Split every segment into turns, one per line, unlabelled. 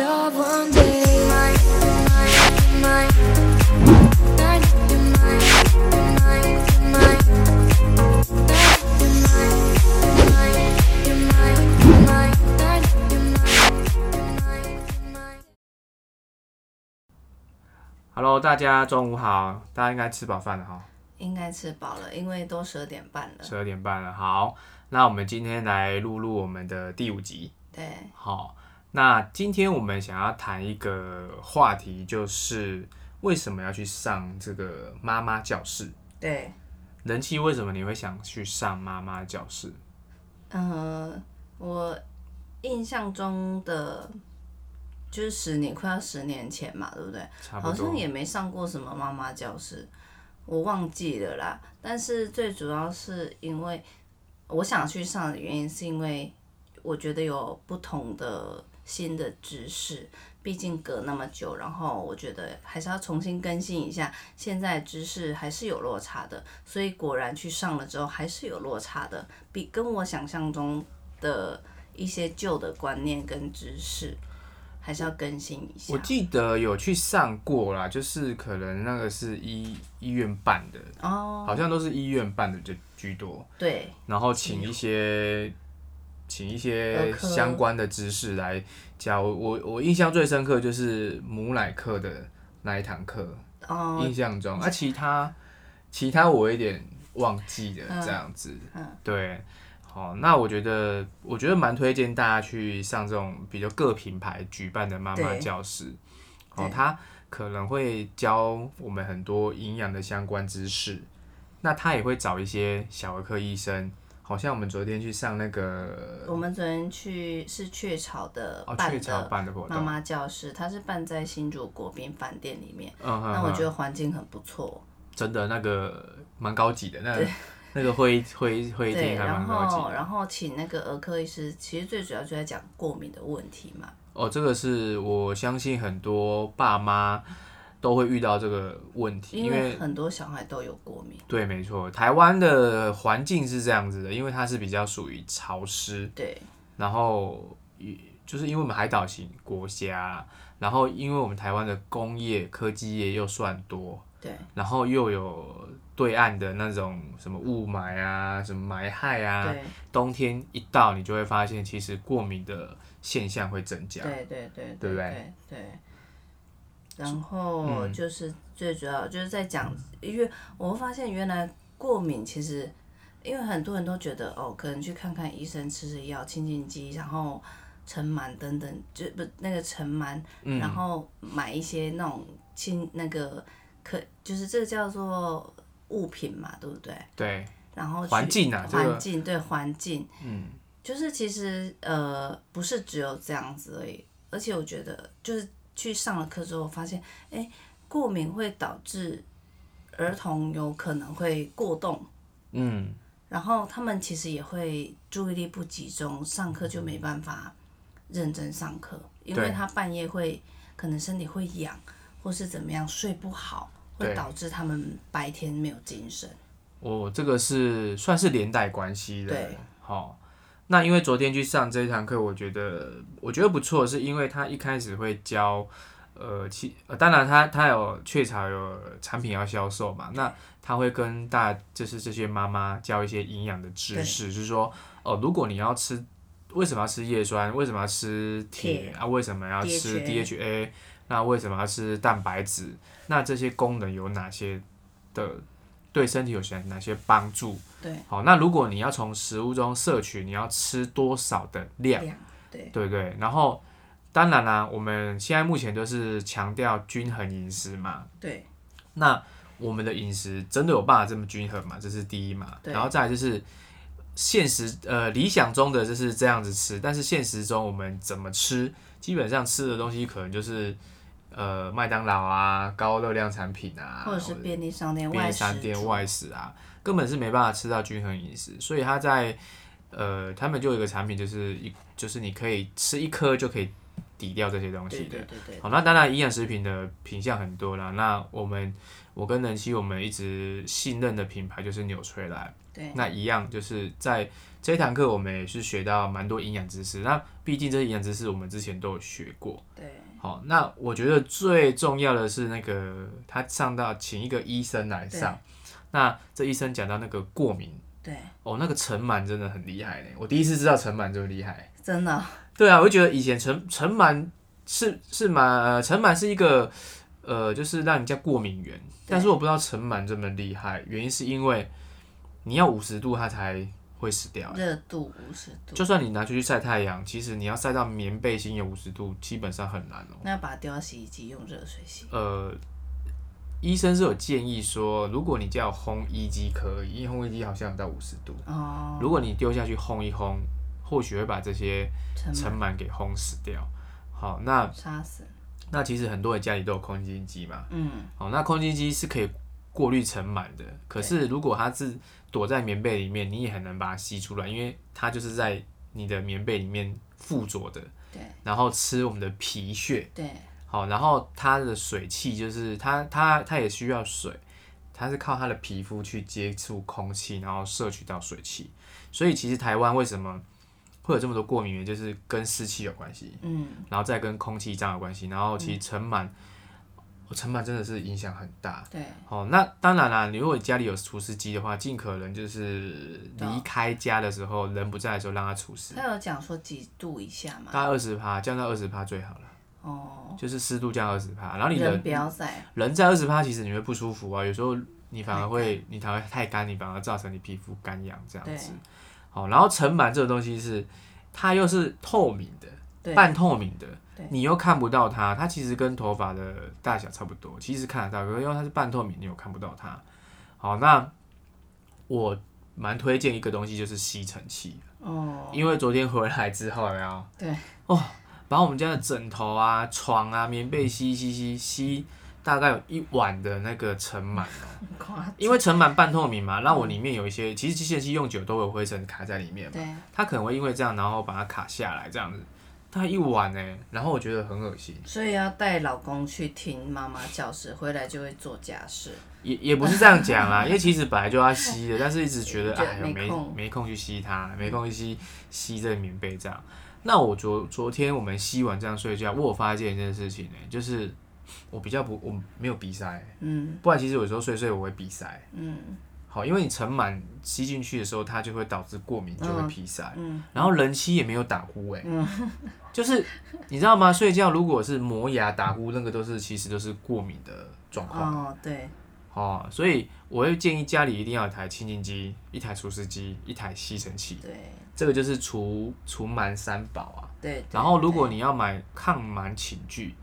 up one day.
Hello，大家中午好，大家应该吃饱饭了哈，
应该吃饱了，因为都十二点半了。
十二点半了。好，那我们今天来录录我们的第五集。
对，
好，那今天我们想要谈一个话题，就是为什么要去上这个妈妈教室？
对，
人气为什么你会想去上妈妈教室？
嗯，我印象中的就是十年，快要十年前嘛，对不对？
差不
好像
多，
也没上过什么妈妈教室，我忘记了啦。但是最主要是因为我想去上的原因，是因为我觉得有不同的新的知识，毕竟隔那么久，然后我觉得还是要重新更新一下，现在知识还是有落差的，所以果然去上了之后还是有落差的，比跟我想象中的一些旧的观念跟知识。还是要更新一下
我。记得有去上过啦，就是可能那个是医医院办的，
哦，
好像都是医院办的就居多。
对，
然后请一些请一些
儿科
相关的知识来教我。我我印象最深刻就是母奶课的那一堂课，
哦，
印象中。啊，其他其他我有点忘记了，
嗯
这样子。
嗯
对。好，那我觉得，我觉得蛮推荐大家去上这种比较各品牌举办的妈妈
对
教室。哦
对，
它可能会教我们很多营养的相关知识，那他也会找一些小儿科医生，好像我们昨天去上那个
我们昨天去是雀巢的
哦
办
雀巢
的
办的活
妈
动，
妈教室，它是办在新竹国宾饭店里面。
嗯
那我觉
嗯，
得环境很不错，
真的那个蛮高级的，那个那个会议会议会议
对，
厅还
然
蛮高级
后
的。
然后请那个儿科医师，其实最主要就在讲过敏的问题嘛，
哦，这个是我相信很多爸妈都会遇到这个问题，因
因
为
为很多小孩都有过敏，
对，没错，台湾的环境是这样子的，因为它是比较属于潮湿，
对
然后也就是因为我们海岛型国家，然后因为我们台湾的工业科技业又算多，
对
然后又有对岸的那种什么雾霾啊、什么霾害啊，
对
冬天一到，你就会发现其实过敏的现象会增加。
对对对
对不嗯
对对。然后就是最主要就是在讲，因为我会发现原来过敏其实，因为很多人都觉得哦，可能去看看医生，吃吃药，清清肌，然后尘螨等等，就不那个尘螨，
嗯
然后买一些那种清那个可就是这个叫做物品嘛，对不对？
对，
然后去
环境啊这个
环境对环境，
嗯，
就是其实呃，不是只有这样子而已，而且我觉得就是去上了课之后，发现哎、诶过敏会导致儿童有可能会过动，
嗯，
然后他们其实也会注意力不集中，上课就没办法认真上课，因为
对
他半夜会可能身体会痒，或是怎么样睡不好，会
对
导致他们白天没有精神。
我这个是算是连带关系的
对。
好，那因为昨天去上这一堂课，我觉得我觉得不错，是因为他一开始会教，呃，其呃当然他他有雀巢有产品要销售嘛，那他会跟大就是这些妈妈教一些营养的知识，就是说哦、如果你要吃。为什么要吃叶酸？为什么要吃铁
铁
啊？为什么要吃 DHA？那为什么要吃蛋白质？那这些功能有哪些的？对身体有些哪些帮助？
对，
好，那如果你要从食物中摄取，你要吃多少的量，
痒，对
对不对？然后，当然啦、我们现在目前就是强调均衡饮食嘛。
对
那我们的饮食真的有办法这么均衡吗？这是第一嘛。
对
然后再来就是现实，呃，理想中的就是这样子吃，但是现实中我们怎么吃，基本上吃的东西可能就是呃麦当劳啊，高热量产品啊，
或者是便利商店
便
外
利
食
商店
族
外食啊，根本是没办法吃到均衡饮食，所以他在呃，他们就有一个产品，就是一就是你可以吃一颗就可以抵掉这些东西
对
的。
对对对，
好，那当然营养食品的品相很多啦。那我们我跟人妻我们一直信任的品牌就是纽崔莱，
对，
那一样就是在这一堂课，我们也是学到蛮多营养知识。那毕竟这些营养知识我们之前都有学过。
对，
好，那我觉得最重要的是那个他上到请一个医生来
对
上，那这医生讲到那个过敏，
对，
哦，那个尘螨真的很厉害嘞！我第一次知道尘螨这么厉害。
真的，
对啊，我就觉得以前尘尘螨是是蛮呃尘螨是一个呃，就是让人家过敏源，但是我不知道尘螨这么厉害，原因是因为你要五十度它才会死掉。
热度五十度，
就算你拿出去晒太阳，其实你要晒到棉背心有五十度，基本上很难哦。
那要把它丢到洗衣机用热水洗。
呃，医生是有建议说，如果你家有烘衣机可以，因为烘衣机好像有到五十度，
哦，
如果你丢下去烘一烘，或许会把这些
尘
尘螨给烘死掉。好，那
杀死，
那其实很多人家里都有空气净机嘛。
嗯，
好，那空气净机是可以过滤尘螨的，可是如果它是躲在棉被里面，你也很难把它吸出来，因为它就是在你的棉被里面附着的，
对
然后吃我们的皮屑。
对
好，然后它的水汽就是它它它也需要水，它是靠它的皮肤去接触空气，然后摄取到水汽。所以其实台湾为什么会有这么多过敏源，就是跟湿气有关系，
嗯，
然后再跟空气脏有关系，然后其实尘螨，哦尘螨真的是影响很大。
对
哦，那当然啦，你如果家里有除湿机的话，尽可能就是
对啊
离开家的时候，人不在的时候让它除湿，
他有讲说几度以下嘛？
大概二十帕，降到二十帕最好了，
哦，
就是湿度降二十帕，然后你的
人不要在，
人在二十趴，其实你会不舒服啊，有时候你反而会，你才会太干，你反而造成你皮肤干痒这样子。好，然后尘螨这个东西是，它又是透明的，
对
半透明的
对，
你又看不到它，它其实跟头发的大小差不多，其实看得到，可是因为它是半透明，你又看不到它。好，那我蛮推荐一个东西，就是吸尘器。
哦，
因为昨天回来之后呀，
对，
哦，把我们家的枕头啊、床啊、棉被吸吸吸吸，大概有一碗的那个尘螨，
很夸
因为尘螨半透明嘛，那我里面有一些，其实吸尘器用久都会有灰尘卡在里面，
对，
它可能会因为这样，然后把它卡下来这样子，大概一碗呢、然后我觉得很恶心，
所以要带老公去听妈妈教室，回来就会做家事。
也也不是这样讲啦，因为其实本来就要吸的，但是一直觉得
就
哎呀
没
没
空
没空去吸它，没空去吸吸这个棉被这样。那我昨昨天我们吸完这样睡觉，我有发现一件事情呢、就是我比较不我没有鼻塞、
嗯
不然其实有时候睡睡我会鼻塞。
嗯
好，因为你尘螨吸进去的时候，它就会导致过敏，就会鼻塞。
嗯，
然后人吸也没有打呼、欸，哎、就是你知道吗？睡觉如果是磨牙、打呼，那个都是其实都是过敏的状况。
哦对，
哦，所以我会建议家里一定要有台清净机、一台除湿机、一台吸尘器，
对
这个就是除除螨三宝啊。
对。
然后如果你要买抗螨寝具，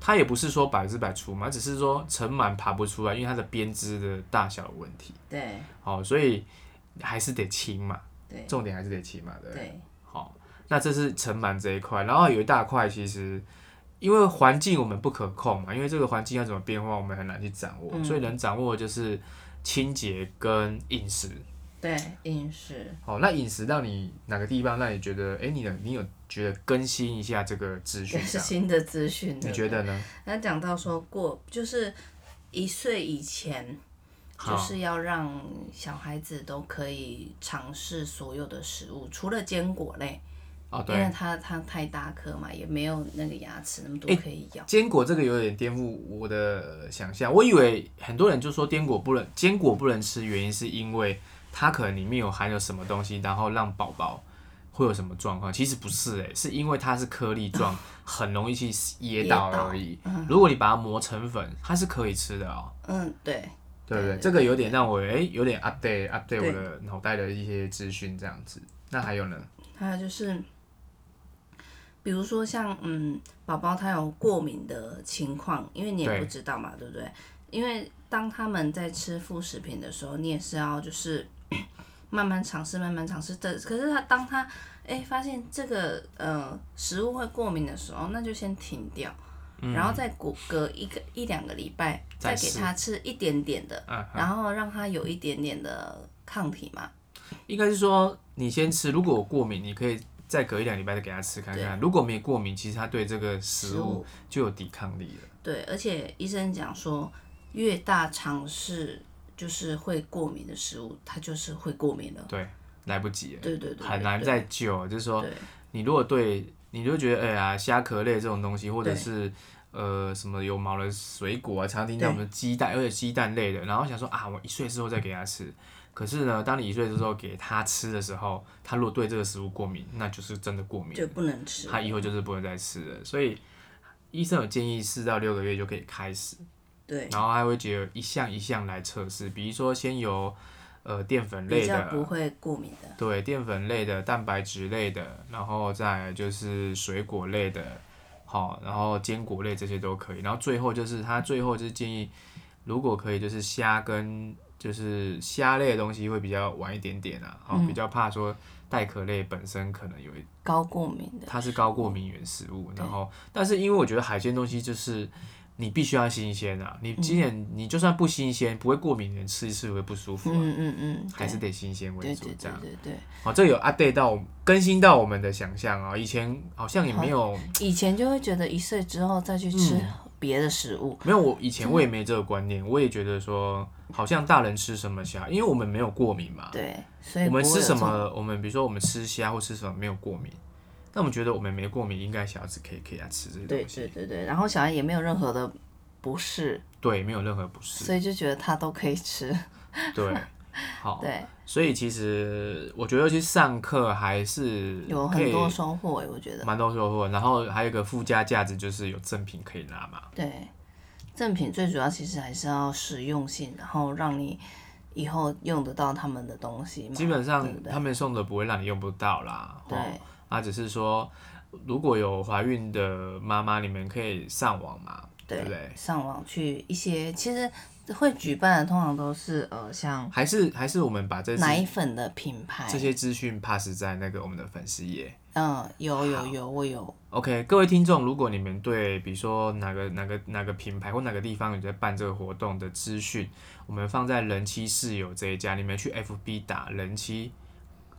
它也不是说百分之百除螨，只是说尘螨爬不出来，因为它的编织的大小有问题。
对
好、所以还是得清嘛，
对
重点还是得清嘛，对不对。
对
好，那这是尘螨这一块，然后有一大块其实因为环境我们不可控嘛，因为这个环境要怎么变化，我们很难去掌握，
嗯
所以能掌握的就是清洁跟饮食。
对饮食，
好，那饮食让你哪个地方让你觉得，哎、你有你有觉得更新一下这个资
这
讯
是
这样？
新的资讯。
你觉得呢？
他讲到说过，就是一岁以前，
好
就是要让小孩子都可以尝试所有的食物，除了坚果类，
哦，
因为
对，
它它太大颗嘛，也没有那个牙齿那么多
诶
可以咬。
坚果这个有点颠覆我的想象，我以为很多人就说坚果不能坚果不能吃，原因是因为它可能里面有含有什么东西，然后让宝宝会有什么状况。其实不是诶、欸是因为它是颗粒 状，很容易去噎到而已。如果你把它磨成粉，它是可以吃的哦、
嗯，对，
对不
对
对？
对
这个有点让我诶、有点 update update
对
我的脑袋的一些资讯这样子。那还有呢？
还有就是，比如说像嗯，宝宝他有过敏的情况，因为你也
对
不知道嘛，对不对？因为当他们在吃副食品的时候，你也是要就是 慢慢尝试，慢慢尝试的。可是他当他哎、发现这个呃食物会过敏的时候，那就先停掉，然后再隔隔一个一两个礼拜再
嗯再
给
试
他吃一点点的，
嗯，
然后让他有一点点的抗体嘛。
应该是说你先吃，如果我过敏，你可以再隔一两礼拜再给他吃看看。如果没过敏，其实他对这个食
食
物
物
就有抵抗力了。
对，而且医生讲说，越大尝试就是会过敏的食物，它就是会过敏了。
对，来不及了，
对对对，
很难再救。就是说，
对
你如果对，你就觉得哎呀，虾壳类这种东西，或者
对
是呃什么有毛的水果啊，常听到我
对
们鸡蛋，而且鸡蛋类的，然后想说啊，我一岁之后再给它吃。可是呢，当你一岁之后给它吃的时候，它如果对这个食物过敏，那就是真的过敏
就不能吃。
他以后就是不能再吃了。所以医生有建议四到六个月就可以开始，
对，
然后还会结合一项一项来测试，比如说先由呃淀粉类
比较不
的，
会过敏的。
对淀粉类的、蛋白质类的，然后再来就是水果类的，好，然后坚果类这些都可以。然后最后就是他最后就是建议，如果可以就是虾跟。就是虾类的东西会比较晚一点点啊，
嗯
哦，比较怕说带壳类本身可能有
高过敏的，
它是高过敏原食物，然后但是因为我觉得海鲜东西就是你必须要新鲜啊，
嗯
你今年你就算不新鲜，不会过敏的人吃一次会不舒服啊、
嗯嗯嗯，
还是得新鲜为
对
主
对
这
对
样。
对对
哦，这个有 update 到我更新到我们的想象啊、以前好像也没有
对，以前就会觉得一岁之后再
嗯
去吃别的食物，
没有，我以前我也没这个观念，我也觉得说好像大人吃什么虾，因为我们没有过敏嘛，
对，所以
我们
不会
吃
有
什
这种？
么，我们比如说我们吃虾或吃什么没有过敏，那我们觉得我们没过敏，应该小孩子可以给他吃这些
对
东西，
对对对，然后小孩也没有任何的不适，
对，没有任何不适。
所以就觉得他都可以吃，
对，好，
对，
所以其实我觉得去上课还是
有
可
很
以
多收获欸，我觉得，
蛮多收获，然后还有一个附加价值就是有赠品可以拿嘛。
对，赠品最主要其实还是要实用性，然后让你以后用得到他们的东西嘛，
基本
对
上
不对
他们送的不会让你用不到啦，
对
哦，啊，只是说如果有怀孕的妈妈，你们可以上网嘛，对不对？
上网去一些其实会举办的通常都是呃像
还是还是我们把这次
奶粉的品牌，
这些资讯 pass 在那个我们的粉丝页。
嗯有有有我有
OK，各位听众，如果你们对比如说哪个哪个哪个品牌或哪个地方有在办这个活动的资讯，我们放在人妻室友这一家，你们去 FB 打人妻，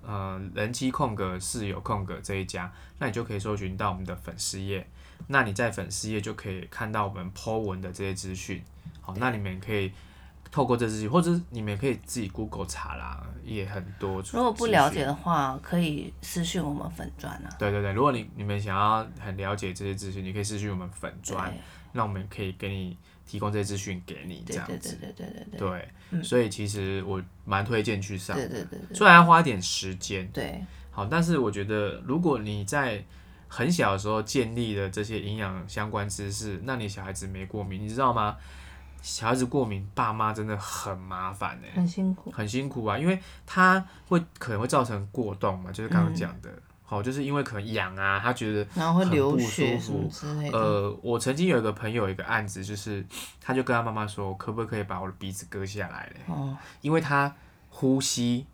呃，人妻空格室友空格这一家，那你就可以搜寻到我们的粉丝页，那你在粉丝页就可以看到我们 Po 文的这些资讯。好，那你们可以透过这资讯，或者是你们可以自己 Google 查啦，也很多。
如果不了解的话，可以私讯我们粉砖啊。
对对对，如果你你们想要很了解这些资讯，你可以私讯我们粉专，那我们可以给你提供这些资讯给你这
对
样
对对
子。
对对对对嗯
对，所以其实我蛮推荐去上，
对对对对
虽然要花点时间，
对
好，但是我觉得如果你在很小的时候建立了这些营养相关知识，那你小孩子没过敏，你知道吗？小孩子过敏，爸妈真的很麻烦呢、
很辛苦。
很辛苦啊，因为它会可能会造成过动嘛，就是
嗯
刚刚讲的，好、就是因为可能痒啊，他觉得
然后会
很
流
不
血
舒
什么
服
之类的，
呃，我曾经有一个朋友有一个案子，就是 他就跟他妈妈说，可不可以把我的鼻子割下来嘞？
哦，
因为他呼吸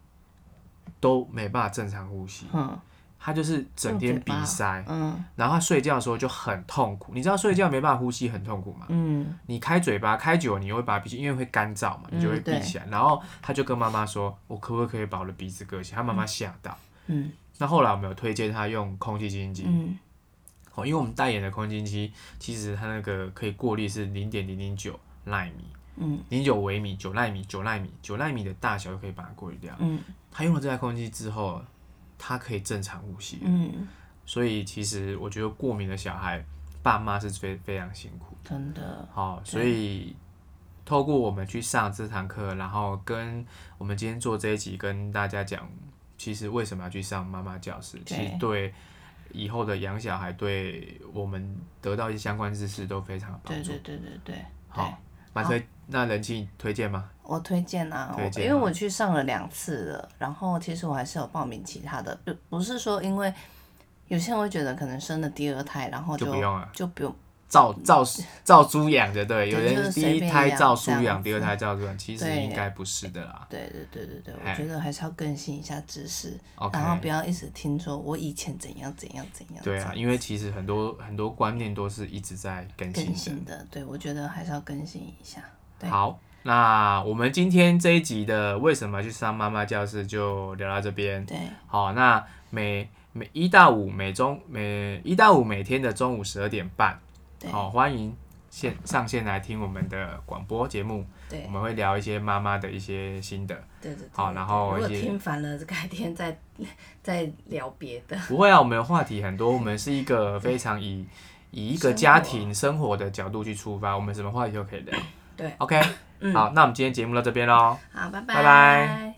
都没办法正常呼吸，
嗯
他就是整天鼻塞，
嗯
然后他睡觉的时候就很痛苦。你知道睡觉没办法呼吸很痛苦吗？
嗯，
你开嘴巴开久了，你会把鼻，因为会干燥嘛，你就会
嗯
闭
对
起来。然后他就跟妈妈说，我可不可以把我的鼻子割下来？他妈妈吓到。
嗯，
那后来我们有推荐他用空气清新机。
嗯
哦，因为我们代言的空气清机，其实它那个可以过滤是零点零零九纳米，
嗯，
零九微米、九纳米、九纳米、九纳米的大小就可以把它过滤掉。
嗯
他用了这台空气之后，它可以正常呼吸，
嗯，
所以其实我觉得过敏的小孩，爸妈是非非常辛苦。
真的，
好、所以透过我们去上这堂课，然后跟我们今天做这一集跟大家讲，其实为什么要去上妈妈教室，其
对
实对以后的养小孩，对我们得到一些相关知识都非常有帮
对
助。
对对对对。
好，马推那人气推荐吗？
我推荐啊，我
推荐
因为
吗
我去上了两次了，然后其实我还是有报名其他的，不不是说因为有些人会觉得可能生了第二胎，然后
就
就
不用了
就不用
照照 照猪养的，对，
对
有
就
人
是
第
随
一
便
胎
养
照
这
猪
样
养，第二
子
胎照猪养，其实
对
应该不是的啦。
对对对对对，
哎
我觉得还是要更新一下知识
OK，
然后不要一直听说我以前怎样怎样怎样，
对啊，
怎样
因为其实很多很多观念都是一直在更新
更
的。
新的，对我觉得还是要更新一下，对
好，那我们今天这一集的为什么去上妈妈教室就聊到这边。
对
好，那每每一到五每中每一到五每天的中午十二点半，
对
好，欢迎线上线来听我们的广播节目。
对
我们会聊一些妈妈的一些心得。
对对对。
好然后
如果
一些
听烦了，改天再 再聊别的。
不会啊，我们话题很 多，我们是一个非常以以一个家庭生活的角度去出发，我们什么话题都可以聊。
对
，OK，、
嗯
好，那我们今天节目到这边喽。
好，拜
拜拜